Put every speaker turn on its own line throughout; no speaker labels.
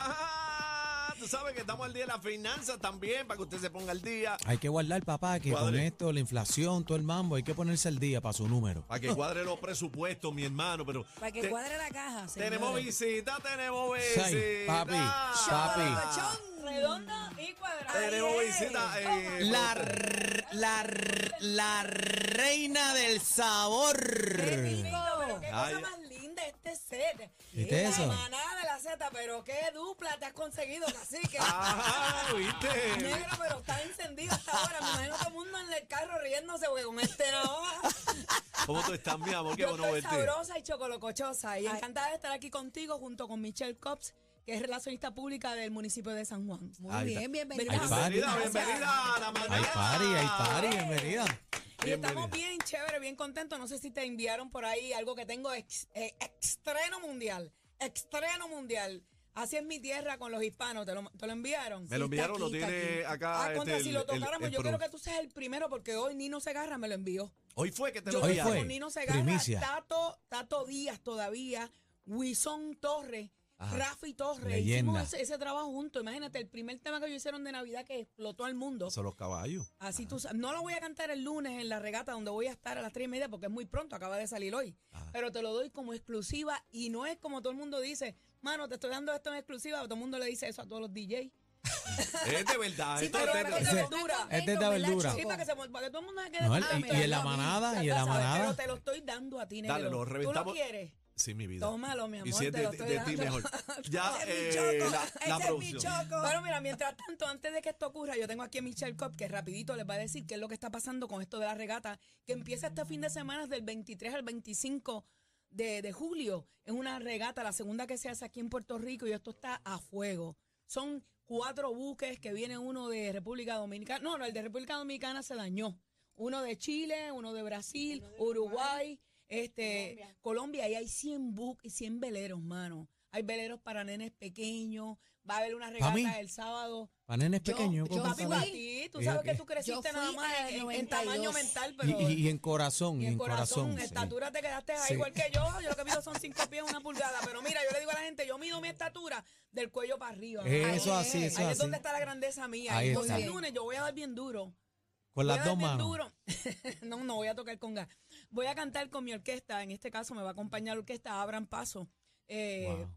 Ah, tú sabes que estamos al día de las finanzas también, para que usted se ponga al día,
Hay que guardar, papá, que con
Cuadre.
esto, la inflación, todo el mambo, hay que ponerse al día para su número.
para que cuadre los presupuestos, mi hermano. Pero
Para que
te-
cuadre la caja.
tenemos
señores.
visita, tenemos visita.
Sí, papi,
Show
papi.
de locochón, redondo y cuadrado.
Tenemos
Ay,
visita.
eh.
eh,
La, r- la, r- la reina del
Qué
sabor.
lindo, pero qué
Ay.
cosa más linda este set.
¿Viste
la
eso?
manada de la Z, pero qué dupla te has conseguido, cacique.
Ajá, ¿viste?
Negro, pero está encendido hasta ahora. Me imagino todo el mundo en el carro riéndose porque con este no.
¿Cómo tú estás, mi amor? Qué
Yo
bueno
estoy
verte.
sabrosa y chocolocochosa y encantada de estar aquí contigo junto con Michelle Cops, que es relacionista pública del municipio de San Juan.
Muy
Ahí está.
bien, bienvenida.
Ay,
party.
Bienvenida,
Gracias.
bienvenida a la manada.
Hay pari, hay pari, bienvenida.
Y estamos
Bienvenida.
bien chévere, bien contentos. No sé si te enviaron por ahí algo que tengo ex- eh, estreno mundial. Estreno mundial. Así es mi tierra con los hispanos. ¿Te lo, te lo enviaron?
Me lo enviaron, lo tiene acá.
Ah, contra,
este,
si
el-
lo
el-
tocáramos,
el
yo
pro-
quiero que tú seas el primero porque hoy Nino Segarra me lo envió.
Hoy fue que te
Yo
lo
Hoy
hablaba
fue.
enviaron.
con Nino Segarra,
Primicia.
Tato, Tato Díaz todavía, Wison Torres,
Ajá.
Rafi Torres.
Ah, Leyenda.
Hicimos ese, ese trabajo juntos. Imagínate, el primer tema que ellos hicieron de Navidad que explotó al mundo.
Son los caballos.
Así tú sa- No lo voy a cantar el lunes en la regata donde voy a estar a las tres y media porque es muy pronto, acaba de salir hoy.
Ah.
Pero te lo doy como exclusiva y no es como todo el mundo dice, mano, te estoy dando esto en exclusiva. Todo el mundo le dice eso a todos los DJs.
Es de verdad.
Sí,
esto es
pero
de-
ahora
Ese- es de verdura.
Ah.
Sí, para que, se, mu- para que todo el mundo se quede
No,
con-
el-
Ah,
y-
mira,
y en la
no, a mí,
manada, y en
ya
la
sabes,
manada.
Pero te lo estoy dando a ti, negro.
Dale, lo
¿Tú lo
reventamos.
quieres?
Sí, mi vida.
Tómalo, mi amor,
Y si es
te
de,
lo estoy Este
de ti,
dando.
mejor. Ya, eh,
este
la, la producción.
Bueno, mira, mientras tanto, antes de que esto ocurra, yo tengo aquí a Michelle Cop que rapidito les va a decir qué es lo que está pasando con esto de la regata, que empieza este fin de semana del 23 al 25 de, de julio. Es una regata, la segunda que se hace aquí en Puerto Rico y esto está a fuego. Son cuatro buques que viene uno de República Dominicana. No, no, el de República Dominicana se dañó. Uno de Chile, uno de Brasil, Uruguay, este, Colombia. y hay 100 buques y 100 veleros, mano. Hay veleros para nenes pequeños, va a haber una regata
mí?
el sábado.
Para nenes
Yo-
pequeños.
yo
con
Papi,
fui-
papá.
para ti, tú
Yo
sabes que
que-
tú creciste
yo
nada
fui
más
a
en, en
92.
tamaño mental,
Y,
pero...
y- y en corazón,
y
y en corazón.
en
sí.
estatura te quedaste ahí
Sí.
igual que yo. Yo lo que mido son cinco pies, una pulgada. Pero mira, yo le digo a la gente, yo mido mi estatura del cuello para arriba.
Eso
Ahí
así,
es.
eso
Ahí es
así.
donde está la grandeza mía.
Ahí
Entonces
está.
el lunes yo voy a dar bien duro.
Con
Voy
las
a
dos
dar bien
manos.
duro. no, no voy a tocar con gas. Voy a cantar con mi orquesta. En este caso me va a acompañar la orquesta Abran Paso. Eh,
Wow.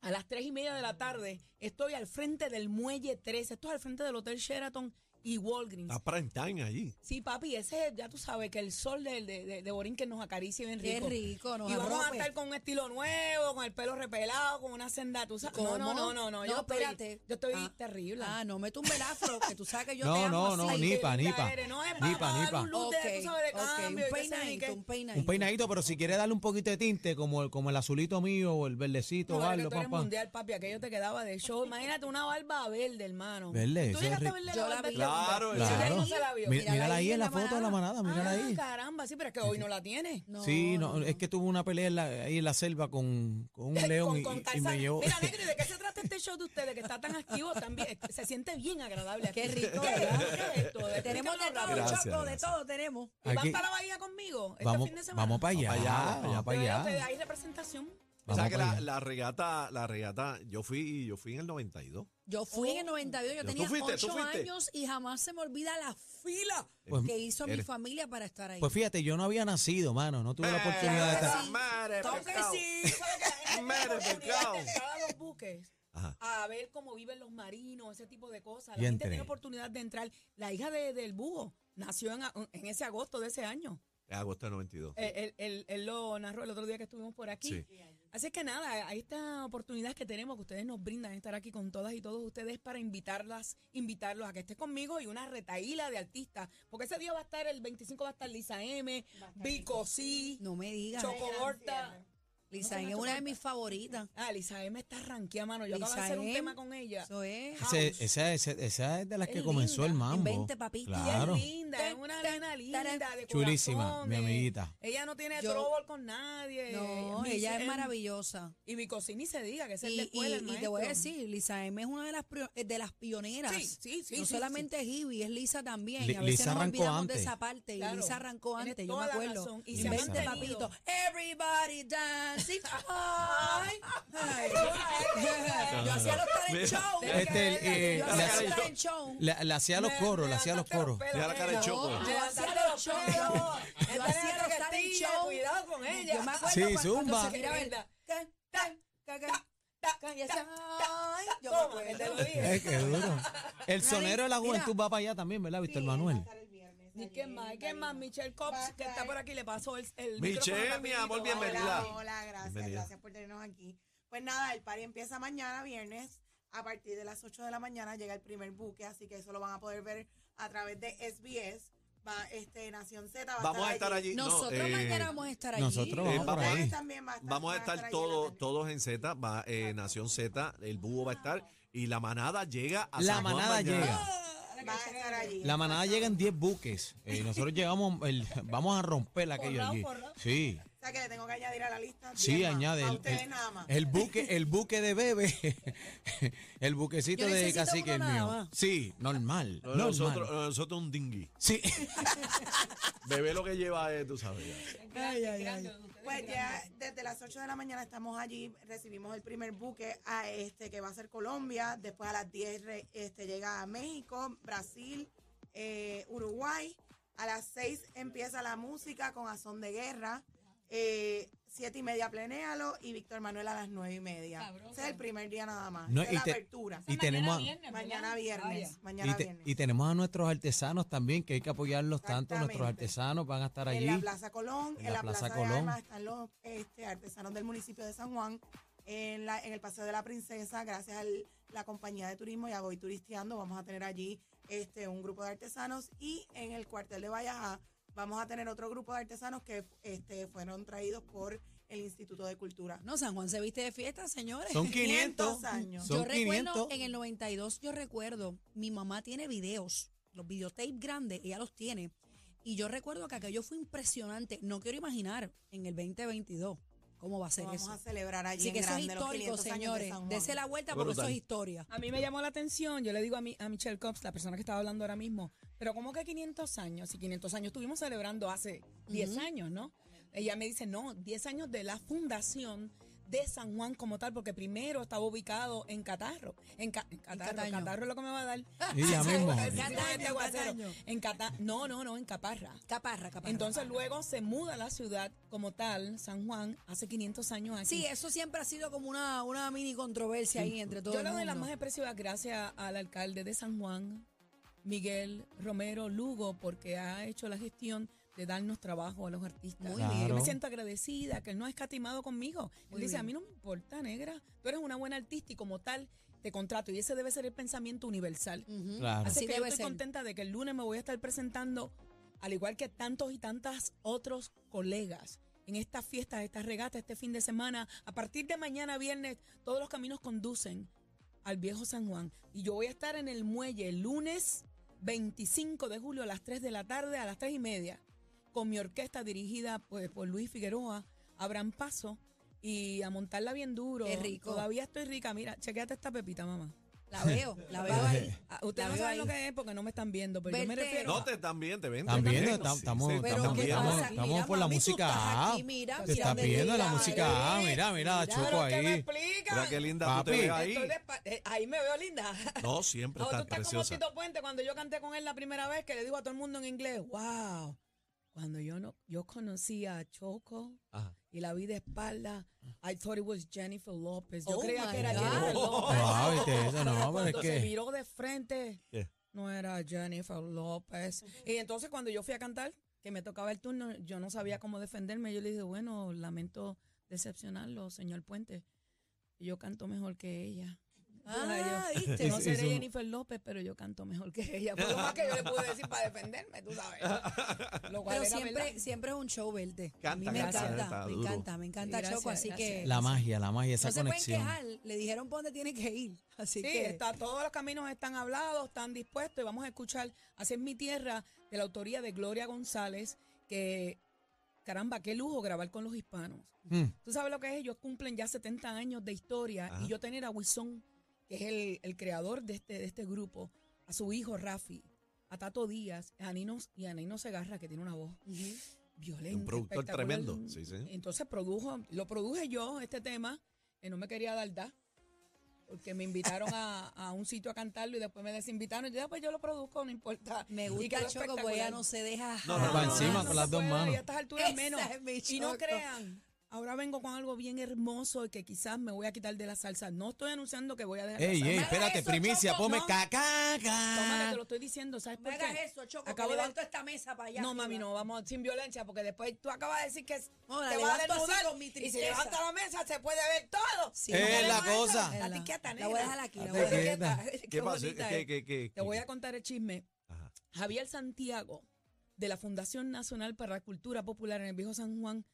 A las tres y media de la tarde estoy al frente del muelle 13. Esto es al frente del Hotel Sheraton y Walgreens.
Ah.
Está prime time allí.
Sí, papi, ese es, ya tú sabes, que el sol de, de, de, de Borinquen nos acaricia bien
Qué
rico.
rico, nos
Y vamos a
arrope.
estar con un estilo nuevo, con el pelo repelado, con una senda, tú sabes. No, no,
¿Cómo?
no, no, no, yo estoy-
espérate.
yo estoy
Ah,
terrible.
Ah, no me tumbe el afro, que tú sabes que yo
No,
te amo
no, no,
así.
ni-
Qué
nipa,
linda
nipa.
eres, No es
Nipa,
para
nipa.
un look de, tú sabes, de
Ok, ok,
cambio.
un
y qué sé ni qué.
peinadito, un peinadito.
Un peinadito, pero si quiere darle un poquito de tinte, como el, como el azulito mío o el verdecito,
No,
o
vale, que
algo,
tú eres
papá.
mundial, papi, aquello te quedaba de show. Imagínate una barba verde, hermano.
Verde,
¿Tú
eso es
llegaste a
rico.
verle
Yo
la
la
barba
vi.
verde?
Claro,
Sí,
claro.
ella no se la vio.
Mi- Mírala ahí en la
la
foto de la manada, mírala
ah,
ahí.
caramba, sí, pero es que hoy no la tiene.
No,
sí, no, es que tuve una pelea en la- ahí en la selva con, con un león
Con-
y,
con
y
calzada.
me llevó.
Mira, Negro, ¿y de qué se trata este show de ustedes que está tan activo? También se siente bien agradable. aquí.
Qué rico,
¿Qué,
¿verdad?
¿Qué es esto?
Tenemos de todo,
Gracias,
Choco, de
gracias.
todo tenemos.
¿Y van
Aquí-
para la bahía conmigo este
vamos,
fin de semana?
vamos para allá,
Vamos para allá,
vamos para
Yo veo que
allá.
Hay representación.
o sea
Vamos
que
para
la,
allá.
la regata, la regata, yo fui, yo fui en el 92.
Yo fui
Oh.
en el 92, yo
Tú
tenía
fuiste, tú
8
fuiste.
años y jamás se me olvida la fila
Pues-
que hizo mi
Eres-
familia para estar ahí.
Pues fíjate, yo no había nacido, mano, no tuve la oportunidad de
claro
estar.
que sí.
Madre
Claro que
pecado.
sí. ¿Sabes que la gente tiene
Mere
oportunidad
pecado.
de entrar a los buques?
Ajá.
a ver cómo viven los marinos, ese tipo de cosas. La
Y
gente
entré.
tiene oportunidad de entrar. La hija de- del búho nació en, a- en ese agosto de ese año.
En agosto del 92.
Él, él- él- él lo narró Eh, el otro día que estuvimos por aquí.
Sí.
Así que nada, hay esta oportunidad que tenemos que ustedes nos brindan estar aquí con todas y todos ustedes para invitarlas, invitarlos a que estés conmigo y una retaíla de artistas. Porque ese día va a estar, el 25 va a estar Lisa M, Vico C,
no me digas.
Choco Horta.
Lisa es una de mis favoritas.
Ah, Lisa M está ranqueada, mano. Yo acabo de
Lisa
hacer un
M.
tema con ella.
Eso es.
Ese- esa, esa- esa es de las
Es
que comenzó el
linda,
mambo.
invente, papito.
Y
Claro.
es linda, es una
Tan,
nena
tan,
linda, de
taran.
corazón,
Chulísima, mi
eh.
amiguita.
Ella no tiene
Yo-
trouble con nadie.
No,
eh, Miss
ella es
M.
maravillosa.
Y Bicosí ni se diga, que es el
Y,
de escuela,
y-
el
y te voy a
maestro.
decir, Lisa M es una de las, prio- eh, de las pioneras.
Sí, sí, sí,
No
sí,
solamente es Ivy, es Lisa también.
Li-
a veces
Lisa
nos
arrancó
olvidamos
antes.
de esa parte.
Claro.
Y Lisa arrancó
Tienes
antes, yo me
toda la
acuerdo.
razón, y
se ha
Invente,
mantenido.
papito. Everybody dance. así. Ay, ay. Yo hacía los talent show.
Este, el, eh,
yo
la-
hacía los talent show.
Le, le hacía los coros, le hacía los coros.
Mira la cara de Choco.
Yo hacía los shows.
Este
Yo hacía los talent show.
Cuidado con ella.
Yo me acuerdo
Sí,
cuando-
zumba.
cuando se miraba el-
Tremenda.
Can, can, can, can, can, y hacía, ay, yo me
Toma, que te lo
acuerdo.
dije.
Eh, qué duro. El sonero de la juventud va para allá también, ¿verdad, Víctor Manuel?
¿Y qué más? ¿Qué más? Michelle Cops, que está por aquí, le pasó el, el
Michelle,
micrófono
mi
rapidito,
amor,
vamos.
bienvenida.
Hola, hola, gracias,
Bienvenida.
gracias por tenernos aquí. Pues nada, el party empieza mañana, viernes, a partir de las 8 de la mañana llega el primer buque, así que eso lo van a poder ver a través de SBS, va, este, Nación Z. Va
Vamos a estar allí. No,
Nosotros
eh,
mañana vamos a estar allí.
nosotros vamos
por
Ustedes
ahí.
también van a estar,
Vamos a
van
estar
allí en la
todo-
tarde.
todos en Z, va, eh, Nación Z, el búho va a estar y la manada llega a
La
San Juan
manada
mañana.
llega.
Van a estar allí.
La manada llega en 10 buques. Eh, nosotros llegamos, el- vamos a romper aquello
Forrao,
allí.
forrao.
Sí,
O sea que le tengo que añadir a la lista.
sí,
diez más,
añade.
A
El,
ustedes
el-
nada más.
el buque, el buque de bebé. El buquecito
Yo
de
necesito
cacique el
uno nada
mío.
más.
Sí, normal.
No,
normal.
Nosotros, nosotros un dinghy.
Sí.
Bebé lo que lleva es, tú sabes. ya.
Pues ya desde las 8 de la mañana estamos allí, recibimos el primer buque a este que va a ser Colombia, después a las 10 re- este, llega a México, Brasil, eh, Uruguay, a las 6 empieza la música con Azón de Guerra, eh, 7 y media Plenéalo y Víctor Manuel a las 9 y media. Ese es el primer día nada más,
No,
Esa
y
es la
te-
apertura.
Y tenemos. a-
Mañana viernes, mañana
Y, te-
viernes.
y tenemos a nuestros artesanos también, que hay que apoyarlos tanto. Nuestros
Exactamente.
artesanos van a estar allí.
En la Plaza Colón, en la, Plaza, de
Colón.
Armas están los este, artesanos del municipio de San Juan, en, la, en el Paseo de la Princesa, gracias a la compañía de turismo y a Voy Turisteando, vamos a tener allí este, un grupo de artesanos y en el cuartel de Valleja vamos a tener otro grupo de artesanos que este, fueron traídos por el Instituto de Cultura.
No, San Juan se viste de fiesta, señores.
Son 500.
500 años.
Son
yo recuerdo,
500.
en el 92, yo recuerdo, mi mamá tiene videos, los videotapes grandes, ella los tiene. Y yo recuerdo que aquello fue impresionante. No quiero imaginar en el 2022 cómo va a ser
Vamos
eso.
a celebrar allí
Así
en
que eso es
grande los
histórico,
500 años de
señores.
San Juan.
Dese la vuelta porque eso
Brutal.
es historia.
A mí me llamó la atención, yo le digo a, mi, a Michelle Cops, la persona que estaba hablando ahora mismo, pero ¿cómo que 500 años? Si 500 años estuvimos celebrando hace 10 años, ¿no? Ella me dice, no, 10 años de la fundación de San Juan como tal, porque primero estaba ubicado en Catarro. En, Ca- en Catarro,
Cataño.
Catarro es lo que me va a dar.
Y ya mismo.
Sí,
Cataño,
con este aguacero.
Cataño.
En Cata- no, no, no, en Caparra.
Caparra, caparra.
Entonces luego se muda la ciudad como tal, San Juan, hace 500 años aquí.
Sí, eso siempre ha sido como una, una mini controversia ahí entre todos.
Yo le doy las más expresivas gracias al alcalde de San Juan, Miguel Romero Lugo, porque ha hecho la gestión de darnos trabajo a los artistas.
Muy
bien.
Yo
Claro.
me siento agradecida que él no ha escatimado conmigo.
Muy
él dice,
bien.
a mí no me importa, negra, tú eres una buena artista y como tal te contrato. Y ese debe ser el pensamiento universal.
Claro.
Así
Así
que yo
debe
estoy
ser.
contenta de que el lunes me voy a estar presentando, al igual que tantos y tantas otros colegas, en estas fiestas, estas regatas, este fin de semana. A partir de mañana viernes, todos los caminos conducen al viejo San Juan. Y yo voy a estar en el muelle el lunes 25 de julio a las 3 de la tarde, a las 3 y media, con mi orquesta dirigida pues, por Luis Figueroa, Abraham Paso, y a montarla bien duro.
Qué rico.
Todavía estoy rica. Mira, chequeate esta pepita, mamá.
La veo, la veo ahí.
Ah, Ustedes
La
no
veo
saben
ahí.
lo que es porque no me están viendo, pero yo me
Verte-
refiero.
No, te están bien, te ven. te
Están
ven.
viendo,
Sí,
tam-
sí,
estamos-
sí,
estamos
están
¿qué
viendo.
pasa?
estamos- estamos por la
mami, tú
música
estás aquí,
A.
mira,
Te estás
mira,
viendo la
mira,
música A,
eh.
mira, mira,
Mira
Choco
Claro, que me
ahí.
explican.
Mira qué linda tú
Papi.
te ves
Estoy
ahí.
despa- eh, ahí me veo linda.
No, siempre
Ahora
estás
tú estás como
preciosa.
Tito Puente cuando yo canté con él la primera vez que le digo a todo el mundo en inglés, wow. Cuando yo no, yo conocí a Choco
Ajá.
y la vi de espalda, I thought it was Jennifer López. Yo
Oh
creía
my
que era
God.
Jennifer López.
Ah, viste, eso no, pero
cuando
es
se
que-
miró de frente,
¿Qué?
no era Jennifer López. Y entonces cuando yo fui a cantar, que me tocaba el turno, yo no sabía cómo defenderme. Yo le dije, bueno, lamento decepcionarlo, señor Puente. Yo canto mejor que ella.
Ah,
Yo,
¿viste?
No
Es-
seré
es un-
Jennifer López, pero yo canto mejor que ella. Fue lo más que yo le pude decir para defenderme, tú sabes. Lo cual
Pero
era
siempre,
verdad.
siempre es un show verte. a mí
Canta,
me
canta,
encanta,
canta,
me
duro.
encanta, me encanta
Gracias,
Choco, así
gracias.
que
La magia, la magia, esa
no se
conexión.
pueden quejar. Le dijeron por dónde tiene que ir. Así
Sí,
que
está, todos los caminos están hablados, están dispuestos y vamos a escuchar Hacer mi tierra de la autoría de Gloria González, que caramba, qué lujo grabar con los hispanos.
Mm.
Tú sabes lo que es, ellos cumplen ya 70 años de historia
Ajá.
y yo tener a Wilson, que es el, el creador de este, de este grupo, a su hijo Rafi, a Tato Díaz, a Nino, y a Nino Segarra, que tiene una voz.
ujú.
violento.
Un productor
espectacular.
tremendo, sí, sí.
Entonces produjo, lo produje yo, este tema, que no me quería dar da, porque me invitaron a, a un sitio a cantarlo y después me desinvitaron. Y yo, "Ah, pues yo lo produzco, no importa.
Me
Y
gusta
quedó
Choco porque
espectacular.
ella
Ah,
no se deja.
No, no, no,
Va
no,
encima
no
con
se
las dos
puede, y
manos.
a estas alturas
Ese
menos.
es mi
y no
Choco.
crean. Ahora vengo con algo bien hermoso y que quizás me voy a quitar de la salsa. No estoy anunciando que voy a dejar la
Ey,
salsa.
ey,
Mala
espérate,
eso,
primicia,
Choco,
ponme
no.
caca.
Toma, que te lo estoy diciendo, ¿sabes
No
por
me
qué?
hagas eso, Choco,
Acabo
que
de-
levanto esta mesa para allá.
No, mami,
arriba.
no, vamos sin violencia, porque después tú acabas de decir que
No, la
te vas a
levanto así
desnudar
con mi
y si
tristeza.
levanta la mesa se puede ver todo.
Sí,
Es
no
la
queremos eso.
cosa.
La
Es
etiqueta,
La voy a dejar
nena.
aquí.
La
la voy a dejar
etiqueta.
aquí.
Etiqueta,
¿Qué pasó?
bonita
¿Qué-
es.
qué- qué-
eh. Te voy
qué?
a contar el chisme.
Ajá.
Javier Santiago, de la Fundación Nacional para la Cultura Popular en el Viejo San Juan,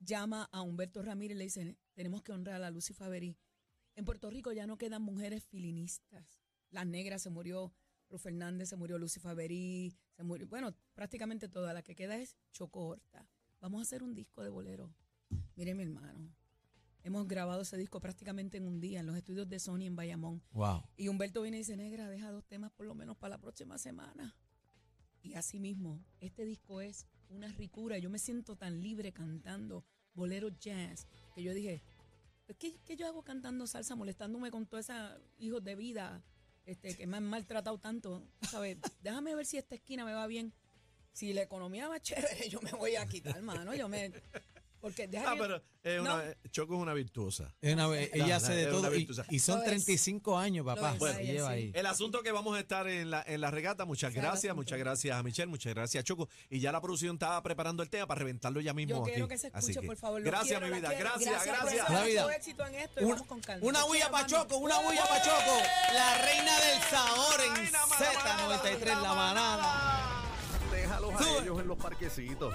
llama a Humberto Ramírez y le dice, tenemos que honrar a Lucy Faverí. En Puerto Rico ya no quedan mujeres filinistas. Las negras se murió, Ruth Fernández se murió, Lucy Faverí, se murió. Bueno, prácticamente toda la que queda es Choco Horta. Vamos a hacer un disco de bolero. Mire, mi hermano, hemos grabado ese disco prácticamente en un día en los estudios de Sony en Bayamón.
Wow.
Y Humberto viene y dice, negra, deja dos temas por lo menos para la próxima semana. Y así mismo, este disco es una ricura. Yo me siento tan libre cantando bolero jazz que yo dije, "Pues, ¿qué, qué yo hago cantando salsa, molestándome con todos esos hijos de vida este, que me han maltratado tanto? ¿Sabes? Déjame ver si esta esquina me va bien. Si la economía va chévere, yo me voy a quitar, mano. Yo me... Porque deja
Ah,
que-
pero eh,
No.
una- Choco es una virtuosa.
Es una- ella
la-
hace de
es una
todo. Y,
virtuosa.
y son
Lo es.
35 años, papá.
es,
que
Bueno.
ella
lleva
sí.
ahí.
El asunto que vamos a estar en la, en la regata, muchas
Claro,
gracias,
asunto.
muchas gracias a Michelle, muchas gracias a Choco. Y ya la producción estaba preparando el tema para reventarlo ya mismo.
Yo
aquí.
quiero que se
Así
escuche,
que,
por favor. Lo
Gracias,
quiero,
mi vida.
la quiero.
Gracias,
por
gracias.
eso,
La vida.
mucho éxito en esto y
Una-
vamos con calma.
Una
Te
huya
quiero,
para
mami.
Choco, una huya para Choco. La reina del sabor en
Reina, manada,
Z93, la manada.
Déjalos
Sube.
a ellos en los parquecitos.